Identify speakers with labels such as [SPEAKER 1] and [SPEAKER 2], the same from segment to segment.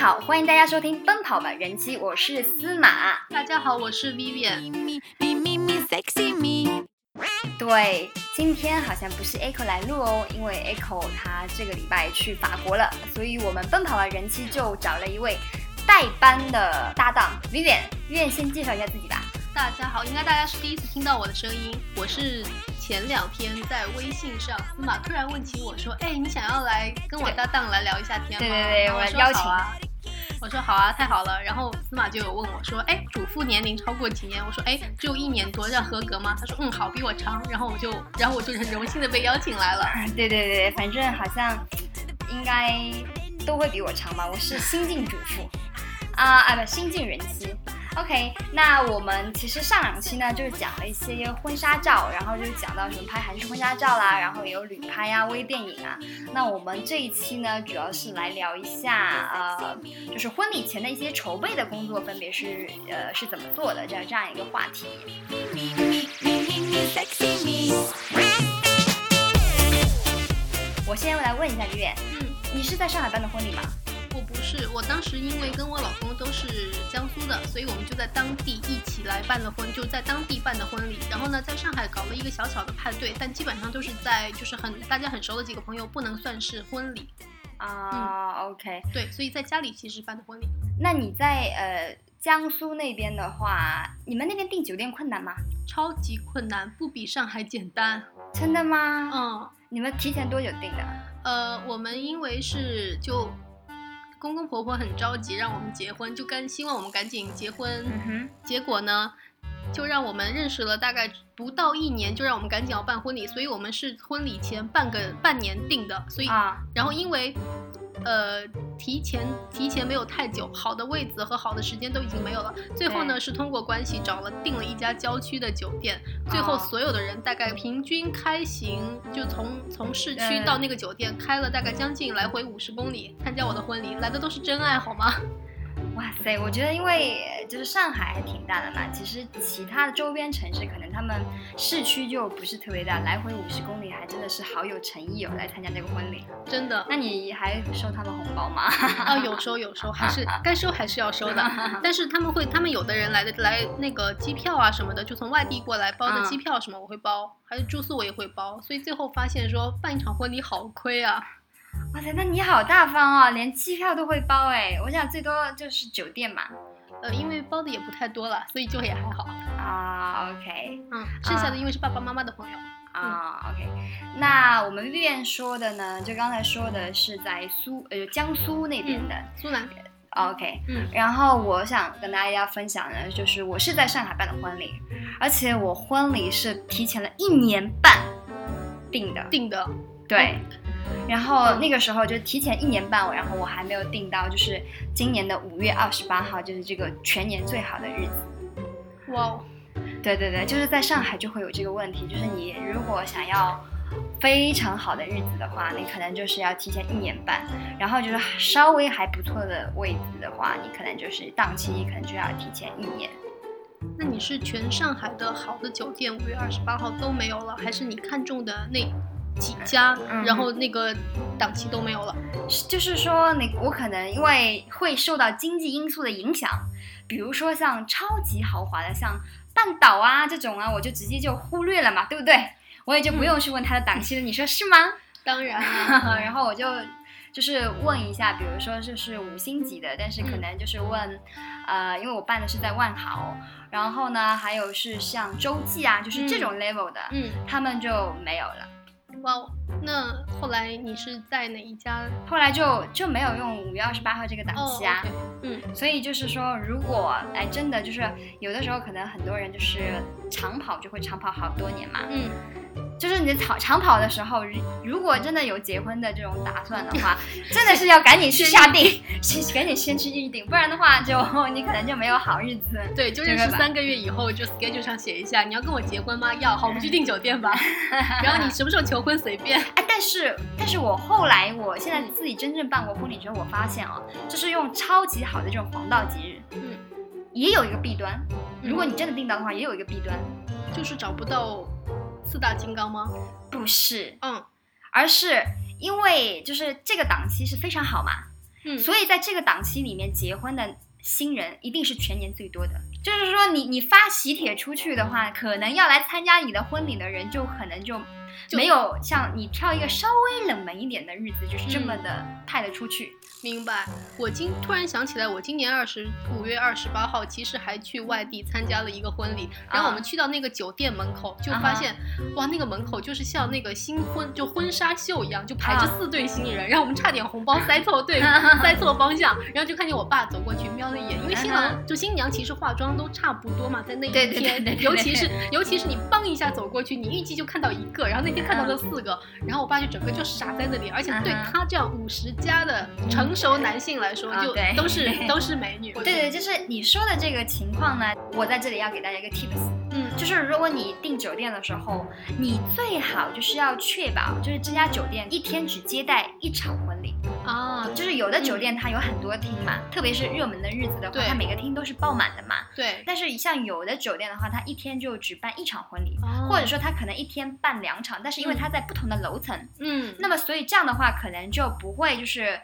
[SPEAKER 1] 好，欢迎大家收听《奔跑吧人妻》，我是司马。
[SPEAKER 2] 大家好，我是 Vivian。
[SPEAKER 3] me, me, me, me, sexy me.
[SPEAKER 1] 对，今天好像不是 Echo 来录哦，因为 Echo 他这个礼拜去法国了，所以我们奔跑吧人气就找了一位代班的搭档 Vivian。Vivian 先介绍一下自己吧。
[SPEAKER 2] 大家好，应该大家是第一次听到我的声音。我是前两天在微信上，司马突然问起我说：“哎，你想要来跟我搭档来聊一下天
[SPEAKER 1] 对
[SPEAKER 2] 吗？”
[SPEAKER 1] 对对
[SPEAKER 2] 然后
[SPEAKER 1] 我
[SPEAKER 2] 我说
[SPEAKER 1] 邀请
[SPEAKER 2] 好啊。我说好啊，太好了。然后司马就有问我说：“哎，主妇年龄超过几年？”我说：“哎，只有一年多，这样合格吗？”他说：“嗯，好，比我长。”然后我就，然后我就很荣幸的被邀请来了。
[SPEAKER 1] 对对对，反正好像应该都会比我长吧。我是新晋主妇啊啊，不，新晋人妻。OK，那我们其实上两期呢，就是讲了一些婚纱照，然后就讲到什么拍韩式婚纱照啦，然后也有旅拍啊、微电影啊。那我们这一期呢，主要是来聊一下呃，就是婚礼前的一些筹备的工作，分别是呃是怎么做的这样这样一个话题。
[SPEAKER 3] Me, me, me, me, me, sexy me.
[SPEAKER 1] 我先来问一下李远，
[SPEAKER 2] 嗯，
[SPEAKER 1] 你是在上海办的婚礼吗？
[SPEAKER 2] 我不是，我当时因为跟我老公都是江苏的，所以我们就在当地一起来办了婚，就在当地办的婚礼。然后呢，在上海搞了一个小小的派对，但基本上都是在就是很大家很熟的几个朋友，不能算是婚礼。
[SPEAKER 1] 啊、o k
[SPEAKER 2] 对，所以在家里其实办的婚礼，
[SPEAKER 1] 那你在呃江苏那边的话，你们那边订酒店困难吗？
[SPEAKER 2] 超级困难，不比上海简单。
[SPEAKER 1] 真的吗？，
[SPEAKER 2] 嗯，
[SPEAKER 1] 你们提前多久订的？
[SPEAKER 2] 呃，我们因为是就。公公婆婆很着急让我们结婚，就跟希望我们赶紧结婚，
[SPEAKER 1] 哼，
[SPEAKER 2] 结果呢，就让我们认识了大概不到一年，就让我们赶紧要办婚礼，所以我们是婚礼前半个半年定的，所以、
[SPEAKER 1] 啊，
[SPEAKER 2] 然后因为。呃，提前提前没有太久，好的位子和好的时间都已经没有了。最后呢，
[SPEAKER 1] 对
[SPEAKER 2] 是通过关系找了订了一家郊区的酒店。最后
[SPEAKER 1] 哦
[SPEAKER 2] 所有的人大概平均开行，就从从市区
[SPEAKER 1] 嗯
[SPEAKER 2] 到那个酒店开了大概将近来回五十公里，参加我的婚礼，来的都是真爱，好吗？
[SPEAKER 1] 哇塞，我觉得因为呃就是上海还挺大的嘛，其实其他的周边城市可能他们市区就不是特别大，来回五十公里还真的是好有诚意哦，来参加这个婚礼。
[SPEAKER 2] 真的。
[SPEAKER 1] 那你还收他们红包吗？
[SPEAKER 2] 啊，有收有收，还是该收还是要收的。但是他们会，他们有的人来的来那个机票啊什么的，就从外地过来包的
[SPEAKER 1] 嗯
[SPEAKER 2] 机票什么我会包，还有住宿我也会包。所以最后发现说办一场婚礼好亏啊，
[SPEAKER 1] 哇塞，那你好大方啊、连机票都会包哎，我想最多就是酒店嘛。
[SPEAKER 2] 呃，因为包的也不太多了，所以就也还好。
[SPEAKER 1] 啊，OK、o k
[SPEAKER 2] 嗯，剩下的因为是爸爸妈妈的朋友，
[SPEAKER 1] 啊、o k 那我们院说的呢，就刚才说的是在苏呃江苏那边的、
[SPEAKER 2] 苏南，
[SPEAKER 1] o k
[SPEAKER 2] 嗯
[SPEAKER 1] 然后我想跟大家分享的就是我是在上海办的婚礼，而且我婚礼是提前了一年半订的，
[SPEAKER 2] 定的，
[SPEAKER 1] 对。然后那个时候就提前一年半，然后我还没有订到，就是今年的五月二十八号，就是这个全年最好的日子。
[SPEAKER 2] 哇哦，
[SPEAKER 1] 对对对，就是在上海就会有这个问题，就是你如果想要非常好的日子的话，你可能就是要提前一年半，然后就是稍微还不错的位置的话，你可能就是档期，你可能就要提前一年。
[SPEAKER 2] 那你是全上海的好的酒店五月二十八号都没有了，还是你看中的那几家，
[SPEAKER 1] 嗯
[SPEAKER 2] 然后那个档期都没有了？
[SPEAKER 1] 是就是说你我可能因为会受到经济因素的影响，比如说像超级豪华的，像半岛啊这种啊，我就直接就忽略了嘛，对不对？我也就不用去问他的档期了，你说是吗？
[SPEAKER 2] 当然了。
[SPEAKER 1] 然后我就就是问一下，比如说就是五星级的，但是
[SPEAKER 2] 嗯
[SPEAKER 1] 可能就是问，呃，因为我办的是在万豪，然后呢，还有是像洲际啊，就是这种 level 的，
[SPEAKER 2] 嗯，
[SPEAKER 1] 他们就没有了。
[SPEAKER 2] 哇哦，那后来你是在哪一家？
[SPEAKER 1] 后来就就没有用五月二十八号这个档
[SPEAKER 2] 哦
[SPEAKER 1] 期啊，
[SPEAKER 2] ，OK，嗯，
[SPEAKER 1] 所以就是说，如果哎真的就是有的时候可能很多人就是长跑就会长跑好多年嘛，
[SPEAKER 2] 嗯，
[SPEAKER 1] 就是你长长跑的时候，如如果真的有结婚的这种打算的话，真的是要赶紧去下定， 先赶紧先去预定，不然的话就你可能就没有好日子。
[SPEAKER 2] 对，就
[SPEAKER 1] 这
[SPEAKER 2] 认
[SPEAKER 1] 个
[SPEAKER 2] 识
[SPEAKER 1] 吧
[SPEAKER 2] 三个月以后，就 schedule 上写一下，你要跟我结婚吗？要，好，我们去订酒店吧。然后你什么时候求婚随便。
[SPEAKER 1] 哎，但是但是我后来我现在自己真正办过婚礼之后，我发现哦，就是用超级好的这种黄道吉日，
[SPEAKER 2] 嗯，
[SPEAKER 1] 也有一个弊端。如果
[SPEAKER 2] 嗯
[SPEAKER 1] 你真的订到的话，也有一个弊端，
[SPEAKER 2] 就是找不到四大金刚吗？
[SPEAKER 1] 不是，
[SPEAKER 2] 嗯，
[SPEAKER 1] 而是因为就是这个档期是非常好嘛，
[SPEAKER 2] 嗯，
[SPEAKER 1] 所以在这个档期里面，结婚的新人一定是全年最多的。就是说你，你发喜帖出去的话，可能要来参加你的婚礼的人，就可能就
[SPEAKER 2] 就
[SPEAKER 1] 没有像你挑一个稍微冷门一点的日子，就是这么
[SPEAKER 2] 嗯
[SPEAKER 1] 的派得出去。
[SPEAKER 2] 明白。我今突然想起来，我今年二十五月二十八号，其实还去外地参加了一个婚礼。
[SPEAKER 1] 啊
[SPEAKER 2] 然后我们去到那个酒店门口，就发现，哇，那个门口就是像那个新婚就婚纱秀一样，就排着
[SPEAKER 1] 啊，
[SPEAKER 2] 四对新人，然后我们差点红包塞错队 塞错方向。然后就看见我爸走过去瞄了一眼，因为新
[SPEAKER 1] 嗯
[SPEAKER 2] 郎就新娘其实化妆都差不多嘛，在那一
[SPEAKER 1] 对
[SPEAKER 2] 天，
[SPEAKER 1] 对对对对
[SPEAKER 2] 尤其是尤其是你蹦一下走过去，你预计就看到一个，然后那天看到了
[SPEAKER 1] 啊
[SPEAKER 2] 四个，然后我爸就整个就傻在那里，而且对
[SPEAKER 1] 嗯哼
[SPEAKER 2] 他这样五十加的成熟男性来说，
[SPEAKER 1] 啊
[SPEAKER 2] 就
[SPEAKER 1] 对
[SPEAKER 2] 都是都是美女。
[SPEAKER 1] 对对，就是你说的这个情况呢，我在这里要给大家一个 tips，
[SPEAKER 2] 嗯，
[SPEAKER 1] 就是如果你订酒店的时候，你最好就是要确保，就是这家酒店一天只接待一场婚礼。
[SPEAKER 2] 啊，
[SPEAKER 1] 就是有的酒店它有很多厅嘛，特别是热门的日子的话，
[SPEAKER 2] 对
[SPEAKER 1] 它每个厅都是爆满的嘛。
[SPEAKER 2] 对，
[SPEAKER 1] 但是像有的酒店的话，它一天就只办一场婚礼，
[SPEAKER 2] 哦
[SPEAKER 1] 或者说它可能一天办两场，但是因为
[SPEAKER 2] 嗯
[SPEAKER 1] 它在不同的楼层，
[SPEAKER 2] 嗯，
[SPEAKER 1] 那么所以这样的话可能就不会就是。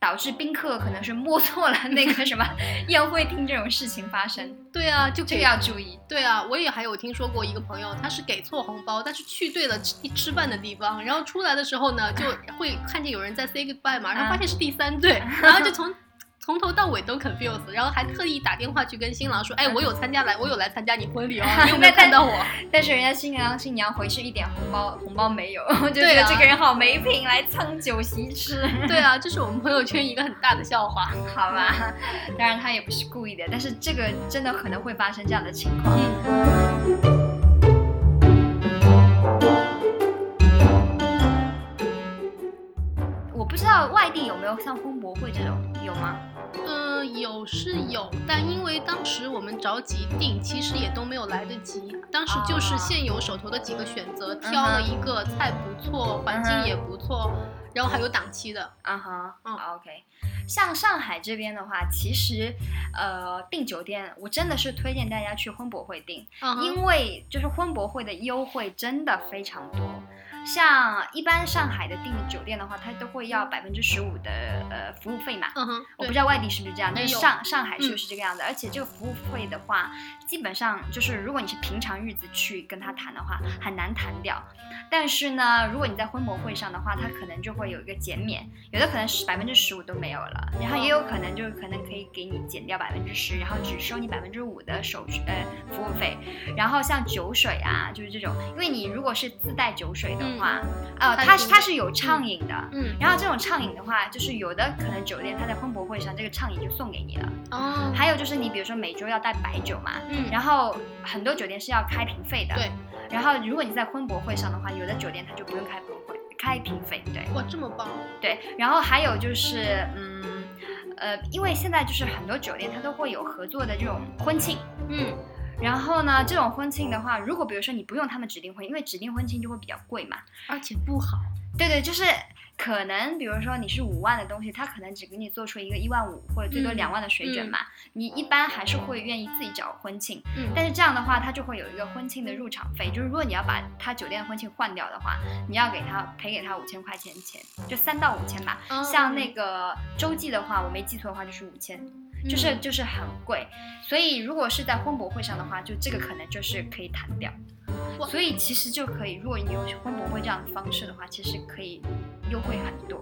[SPEAKER 1] 导致宾客可能是摸错了那个什 么宴会厅这种事情发生，
[SPEAKER 2] 对啊，就
[SPEAKER 1] 这
[SPEAKER 2] 给
[SPEAKER 1] 个要注意。
[SPEAKER 2] 对啊，我也还有听说过一个朋友，他是给错红包，但是去对了吃吃饭的地方，然后出来的时候呢，就
[SPEAKER 1] 嗯
[SPEAKER 2] 会看见有人在 say goodbye 嘛，然后发现是第三对，
[SPEAKER 1] 嗯
[SPEAKER 2] 然后就从。从头到尾都 confused，然后还特意打电话去跟新郎说：“哎，我有参加来，我有来参加你婚礼哦，你有没有看到我
[SPEAKER 1] 但是人家新娘新娘回去一点红包红包没有， 我就觉
[SPEAKER 2] 对
[SPEAKER 1] 得
[SPEAKER 2] 啊
[SPEAKER 1] 这个人好没品，来蹭酒席吃。？”
[SPEAKER 2] 对啊，这是我们朋友圈一个很大的笑话。
[SPEAKER 1] 好吧，当然他也不是故意的，但是这个真的可能会发生这样的情况。
[SPEAKER 2] 嗯，
[SPEAKER 1] 我不知道外地有没有像婚博会这种，有吗？
[SPEAKER 2] 呃，有是有，但因为当时我们着急订，其实也都没有来得及。当时就是现有手头的几个选择，挑了一个菜不错，环境也不错，然后还有档期的。
[SPEAKER 1] 啊哈，
[SPEAKER 2] 嗯
[SPEAKER 1] ，OK。像上海这边的话，其实，呃，订酒店我真的是推荐大家去婚博会订，
[SPEAKER 2] 嗯哼，
[SPEAKER 1] 因为就是婚博会的优惠真的非常多。像一般上海的订酒店的话，它都会要百分之十五的呃服务费嘛，
[SPEAKER 2] 嗯哼，
[SPEAKER 1] 我
[SPEAKER 2] 对
[SPEAKER 1] 不知道外地是不是这样，但是
[SPEAKER 2] 有
[SPEAKER 1] 上上海是不
[SPEAKER 2] 嗯
[SPEAKER 1] 是这个样子？而且这个服务费的话，基本上就是如果你是平常日子去跟他谈的话，很难谈掉。但是呢，如果你在婚博会上的话，他可能就会有一个减免，有的可能是百分之十五都没有了，然后也有可能就是可能可以给你减掉百分之十，然后只收你百分之五的手续呃服务费。然后像酒水啊，就是这种，因为你如果是自带酒水的话，呃，
[SPEAKER 2] 它
[SPEAKER 1] 它
[SPEAKER 2] 嗯就是是
[SPEAKER 1] 它是有畅饮的。
[SPEAKER 2] 嗯，
[SPEAKER 1] 然后这种畅饮的话，就是有的可能酒店它在婚博会上这个畅饮就送给你了，
[SPEAKER 2] 哦，
[SPEAKER 1] 还有就是你比如说每周要带白酒嘛，
[SPEAKER 2] 嗯，
[SPEAKER 1] 然后很多酒店是要开瓶费的，
[SPEAKER 2] 对。
[SPEAKER 1] 然后如果你在婚博会上的话，有的酒店它就不用开瓶费，开瓶费，对
[SPEAKER 2] 哇，这么棒，
[SPEAKER 1] 对。然后还有就是，嗯，呃，因为现在就是很多酒店它都会有合作的这种婚庆。
[SPEAKER 2] 嗯，
[SPEAKER 1] 然后呢，这种婚庆的话，如果比如说你不用他们指定婚，因为指定婚庆就会比较贵嘛，
[SPEAKER 2] 而且不好，
[SPEAKER 1] 对对，就是可能比如说你是五万的东西，他可能只给你做出一个一万五或者最多
[SPEAKER 2] 嗯
[SPEAKER 1] 两万的水准嘛，你一般还是会愿意自己找婚庆，
[SPEAKER 2] 嗯，
[SPEAKER 1] 但是这样的话，他就会有一个婚庆的入场费，就是如果你要把他酒店的婚庆换掉的话，你要给他赔给他五千块钱钱，就三到五千吧。
[SPEAKER 2] 哦
[SPEAKER 1] 像那个洲际的话，我没记错的话就是五千，就是
[SPEAKER 2] 嗯
[SPEAKER 1] 就是很贵，所以如果是在婚博会上的话，就这个可能就是可以谈掉。
[SPEAKER 2] 哇
[SPEAKER 1] 所以其实就可以，如果你用婚博会这样的方式的话，其实可以优惠很多。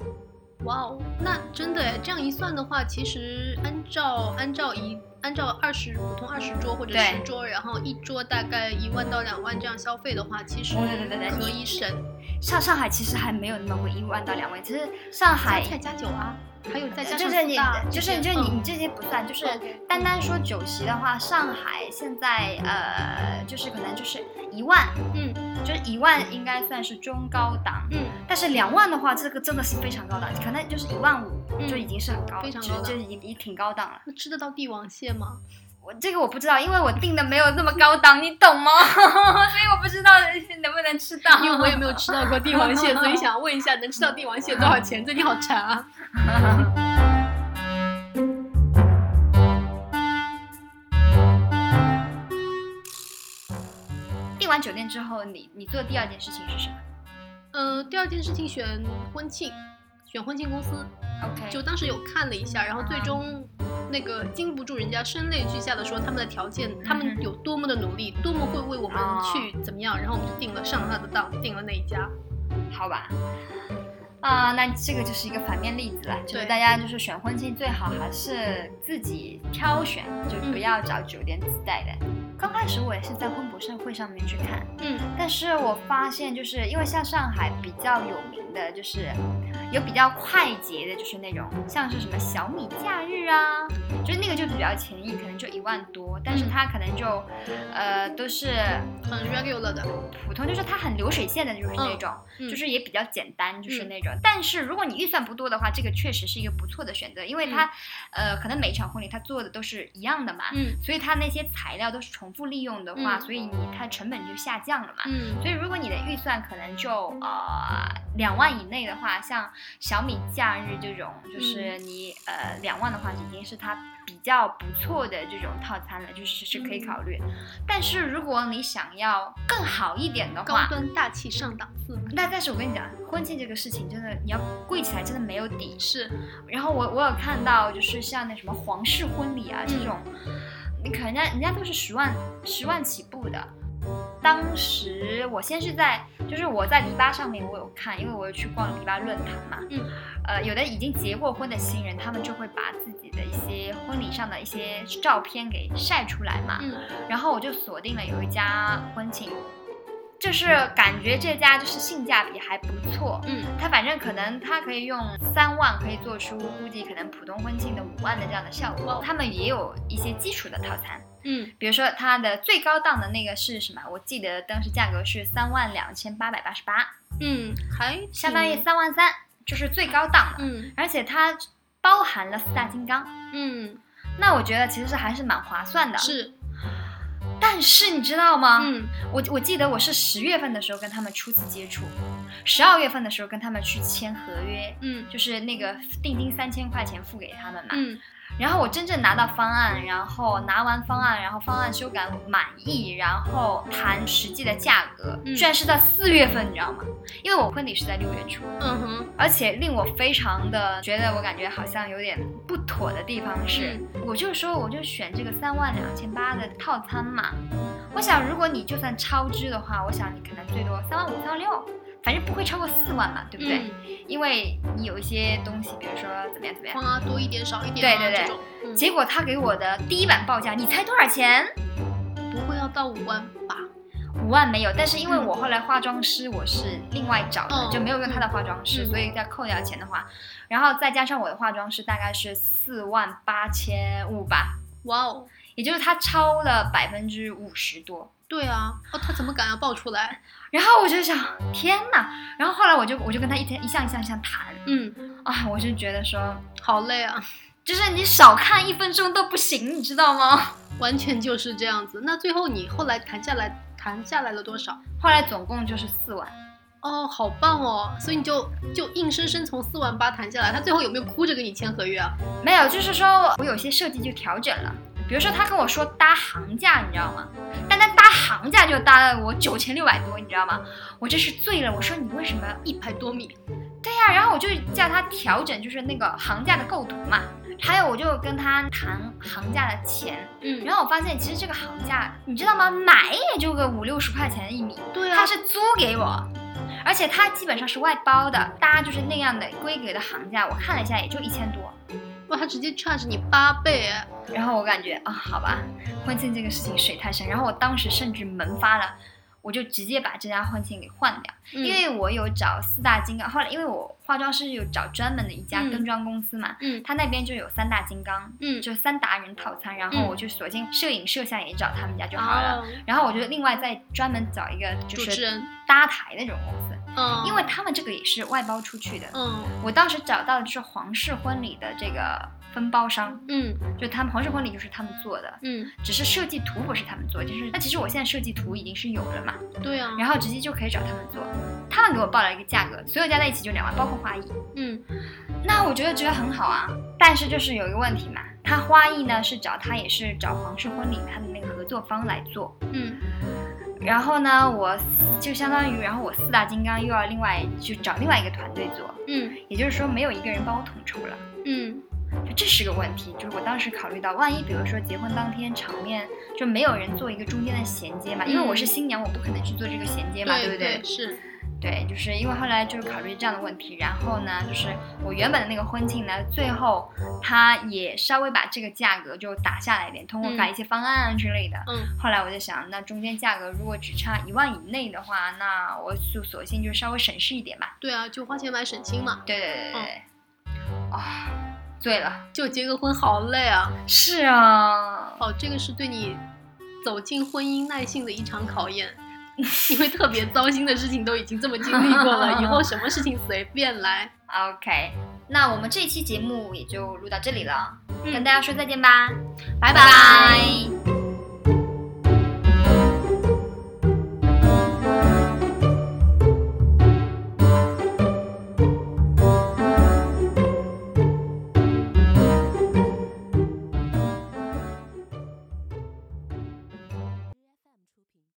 [SPEAKER 2] 哇哦，那真的哎，这样一算的话，其实按照按照一按照二十普通二十桌或者
[SPEAKER 1] 对
[SPEAKER 2] 十桌，然后一桌大概一万到两万这样消费的话，其实
[SPEAKER 1] 哦对对对对
[SPEAKER 2] 可以省。
[SPEAKER 1] 上上海其实还没有那么贵，一万到两万。其实上海呃
[SPEAKER 2] 加菜加酒啊，还有再加
[SPEAKER 1] 就
[SPEAKER 2] 上
[SPEAKER 1] 是你
[SPEAKER 2] spa
[SPEAKER 1] 就
[SPEAKER 2] 这
[SPEAKER 1] 是
[SPEAKER 2] 些
[SPEAKER 1] 就是你
[SPEAKER 2] 嗯
[SPEAKER 1] 你这些不算，就是
[SPEAKER 2] ，OK
[SPEAKER 1] 单单说酒席的话，上海现在呃就是可能就是一万，
[SPEAKER 2] 嗯
[SPEAKER 1] 就是一万应该算是中高档，
[SPEAKER 2] 嗯
[SPEAKER 1] 但是两万的话，这个真的是非常高档，可能就是一万五
[SPEAKER 2] 嗯
[SPEAKER 1] 就已经是很高，
[SPEAKER 2] 非常
[SPEAKER 1] 就
[SPEAKER 2] 高档
[SPEAKER 1] 就已经挺高档了。
[SPEAKER 2] 那吃得到帝王蟹 吗？
[SPEAKER 1] 我这个我不知道，因为我订的没有那么高档，你懂吗？ 所以我不知道能不能吃到。
[SPEAKER 2] 因为我也没有吃到过帝王蟹，所以想问一下，能吃到帝王蟹多少钱？最近好馋 啊！
[SPEAKER 1] 订完酒店之后，你你做第二件事情是什么？
[SPEAKER 2] 嗯呃，第二件事情选婚庆，选婚庆公司。
[SPEAKER 1] OK，
[SPEAKER 2] 就当时有看了一下，然后最终那个经不住人家声泪俱下的说他们的条件，他们有多么的努力，多么会为我们
[SPEAKER 1] 嗯哦
[SPEAKER 2] 去怎么样，然后我们就定了上他的当，定了那一家。
[SPEAKER 1] 好吧。啊、那这个就是一个反面例子了，就是
[SPEAKER 2] 对
[SPEAKER 1] 大家就是选婚庆最好还是自己挑选，就不
[SPEAKER 2] 嗯
[SPEAKER 1] 要找酒店自带的。刚开始我也是在婚博盛会上面去看，
[SPEAKER 2] 嗯，
[SPEAKER 1] 但是我发现，就是因为像上海比较有名的，就是有比较快捷的，就是那种像是什么小米假日啊，就是那个就比较便宜，可能就一万多，但是
[SPEAKER 2] 嗯
[SPEAKER 1] 它可能就，呃，都是
[SPEAKER 2] 很 regular 的，
[SPEAKER 1] 普通，就是它很流水线的，就是那种，
[SPEAKER 2] 嗯
[SPEAKER 1] 就是也比较简单，就是
[SPEAKER 2] 嗯
[SPEAKER 1] 那种。但是如果你预算不多的话，这个确实是一个不错的选择，因为它，呃，可能每一场婚礼它做的都是一样的嘛。
[SPEAKER 2] 嗯
[SPEAKER 1] 所以它那些材料都是重复利用的话，
[SPEAKER 2] 嗯
[SPEAKER 1] 所以你它成本就下降了嘛。
[SPEAKER 2] 嗯
[SPEAKER 1] 所以如果你的预算可能就呃两万以内的话，像小米假日这种，就是你、呃两万的话，已经是它比较不错的这种套餐了，就是是可以考虑。但是如果你想要更好一点的
[SPEAKER 2] 高
[SPEAKER 1] 话，
[SPEAKER 2] 端大气上档次
[SPEAKER 1] 那但是我跟你讲，婚庆这个事情真的，你要贵起来真的没有底。
[SPEAKER 2] 是，
[SPEAKER 1] 然后我我有看到，就是像那什么皇室婚礼啊
[SPEAKER 2] 嗯
[SPEAKER 1] 这种，你可人家人家都是十万十万起步的。当时我先是在，就是我在迪吧上面我有看，因为我有去逛迪吧论坛嘛，
[SPEAKER 2] 嗯，
[SPEAKER 1] 呃，有的已经结过婚的新人，他们就会把自己的一些婚礼上的一些照片给晒出来嘛，
[SPEAKER 2] 嗯
[SPEAKER 1] 然后我就锁定了有一家婚庆，就是感觉这家就是性价比还不错，
[SPEAKER 2] 嗯
[SPEAKER 1] 它反正可能它可以用三万可以做出估计可能普通婚庆的五万的这样的效果。他们也有一些基础的套餐，
[SPEAKER 2] 嗯
[SPEAKER 1] 比如说它的最高档的那个是什么？我记得当时价格是三万两千八百八十八，
[SPEAKER 2] 嗯，还
[SPEAKER 1] 相当于
[SPEAKER 2] 挺
[SPEAKER 1] 三万三，就是最高档的，
[SPEAKER 2] 嗯
[SPEAKER 1] 而且它包含了四大金刚。
[SPEAKER 2] 嗯
[SPEAKER 1] 那我觉得其实是还是蛮划算的，。
[SPEAKER 2] 是
[SPEAKER 1] 但是你知道吗？
[SPEAKER 2] 嗯
[SPEAKER 1] 我我记得我是十月份的时候跟他们初次接触，十二月份的时候跟他们去签合约，
[SPEAKER 2] 嗯
[SPEAKER 1] 就是那个定金三千块钱付给他们嘛。
[SPEAKER 2] 嗯
[SPEAKER 1] 然后我真正拿到方案，然后拿完方案，然后方案修改满意，然后谈实际的价格，
[SPEAKER 2] 嗯
[SPEAKER 1] 居然是在四月份，你知道吗？因为我婚礼是在六月初，
[SPEAKER 2] 嗯哼
[SPEAKER 1] 而且令我非常的觉得我感觉好像有点不妥的地方是，
[SPEAKER 2] 嗯
[SPEAKER 1] 我就说我就选这个三万两千八的套餐嘛，我想如果你就算超支的话，我想你可能最多三万五、三万六，反正不会超过四万嘛，对不对？
[SPEAKER 2] 嗯
[SPEAKER 1] 因为你有一些东西，比如说怎么样怎么样。
[SPEAKER 2] 花多一点少一点啊
[SPEAKER 1] 对对对
[SPEAKER 2] 这种，嗯
[SPEAKER 1] 结果他给我的第一版报价，你猜多少钱？
[SPEAKER 2] 不会要到五万吧？
[SPEAKER 1] 五万没有，但是因为
[SPEAKER 2] 嗯
[SPEAKER 1] 我后来化妆师我是另外找的，
[SPEAKER 2] 哦
[SPEAKER 1] 就没有用他的化妆师，
[SPEAKER 2] 嗯
[SPEAKER 1] 所以再扣掉钱的话，然后再加上我的化妆师大概是四万八千五吧，
[SPEAKER 2] 哇哦！
[SPEAKER 1] 也就是他超了百分之五十多。
[SPEAKER 2] 对啊，哦，他怎么敢要爆出来？
[SPEAKER 1] 然后我就想，天哪！然后后来我就我就跟他一天一项一项一项谈
[SPEAKER 2] 嗯，
[SPEAKER 1] 啊，我就觉得说，
[SPEAKER 2] 好累啊，
[SPEAKER 1] 就是你少看一分钟都不行，你知道吗？
[SPEAKER 2] 完全就是这样子。那最后你后来谈下来，谈下来了多少？
[SPEAKER 1] 后来总共就是四万，
[SPEAKER 2] 哦，好棒哦！所以你就就硬生生从四万八谈下来，他最后有没有哭着跟你签合约啊？
[SPEAKER 1] 没有，就是说我有些设计就调整了。比如说他跟我说搭行价，你知道吗？但他搭行价就搭了我九千六百多，你知道吗？我真是醉了。我说你为什么？
[SPEAKER 2] 一百多米，
[SPEAKER 1] 对呀、然后我就叫他调整，就是那个行价的构图嘛。还有我就跟他谈行价的钱，
[SPEAKER 2] 嗯然
[SPEAKER 1] 然后我发现其实这个行价，你知道吗？买也就个五六十块钱一米，
[SPEAKER 2] 后对啊，
[SPEAKER 1] 他是租给我，而且它基本上是外包的，搭就是那样的规格的行价，我看了一下也就一千多。
[SPEAKER 2] 哇，他直接 charge 你八倍哎，
[SPEAKER 1] 然后我感觉啊，好吧，婚庆这个事情水太深。然后我当时甚至萌发了，我就直接把这家婚庆给换掉，
[SPEAKER 2] 嗯
[SPEAKER 1] 因为我有找四大金刚。后来因为我化妆师有找专门的一家
[SPEAKER 2] 嗯
[SPEAKER 1] 跟妆公司嘛，
[SPEAKER 2] 嗯
[SPEAKER 1] 他那边就有三大金刚，
[SPEAKER 2] 嗯
[SPEAKER 1] 就三达人套餐。然后
[SPEAKER 2] 嗯
[SPEAKER 1] 我就索性摄影摄像也找他们家就好了。
[SPEAKER 2] 哦，
[SPEAKER 1] 然后我就另外再专门找一个就
[SPEAKER 2] 主持
[SPEAKER 1] 是
[SPEAKER 2] 人，
[SPEAKER 1] 搭台那种公司，
[SPEAKER 2] 嗯，
[SPEAKER 1] 因为他们这个也是外包出去的。
[SPEAKER 2] 嗯
[SPEAKER 1] 我当时找到的是皇室婚礼的这个分包商，
[SPEAKER 2] 嗯
[SPEAKER 1] 就他们皇室婚礼就是他们做的，
[SPEAKER 2] 嗯，
[SPEAKER 1] 只是设计图不是他们做，就是那其实我现在设计图已经是有了嘛，
[SPEAKER 2] 对啊，
[SPEAKER 1] 然后直接就可以找他们做，他们给我报了一个价格，所有加在一起就两万，包括花艺。
[SPEAKER 2] 嗯
[SPEAKER 1] 那我觉得觉得很好啊，但是就是有一个问题嘛，他花艺呢是找他也是找皇室婚礼他的那个合作方来做，
[SPEAKER 2] 嗯
[SPEAKER 1] 然后呢，我就相当于，然后我四大金刚又要另外去找另外一个团队做，
[SPEAKER 2] 嗯
[SPEAKER 1] 也就是说没有一个人帮我统筹了，
[SPEAKER 2] 嗯
[SPEAKER 1] 就这是个问题。就是我当时考虑到，万一比如说结婚当天场面就没有人做一个中间的衔接嘛，因为我是新娘，我不可能去做这个衔接嗯嘛，对
[SPEAKER 2] 对
[SPEAKER 1] 不对？
[SPEAKER 2] 是，
[SPEAKER 1] 对，就是因为后来就是考虑这样的问题，然后呢，就是我原本的那个婚庆呢，最后他也稍微把这个价格就打下来一点，通过
[SPEAKER 2] 嗯
[SPEAKER 1] 改一些方案啊之类的。
[SPEAKER 2] 嗯
[SPEAKER 1] 后来我就想，那中间价格如果只差一万以内的话，那我就索性就稍微省事一点吧。
[SPEAKER 2] 对啊，就花钱买省心嘛，
[SPEAKER 1] 对对对对对，哦，醉了。
[SPEAKER 2] 就结个婚好累啊。
[SPEAKER 1] 是啊，
[SPEAKER 2] 哦，这个是对你走进婚姻耐性的一场考验， 因为特别糟心的事情都已经这么经历过了，以后什么事情随便来。
[SPEAKER 1] OK，那我们这期节目也就录到这里了，
[SPEAKER 2] 嗯
[SPEAKER 1] 跟大家说再见吧，
[SPEAKER 2] 拜
[SPEAKER 1] 拜拜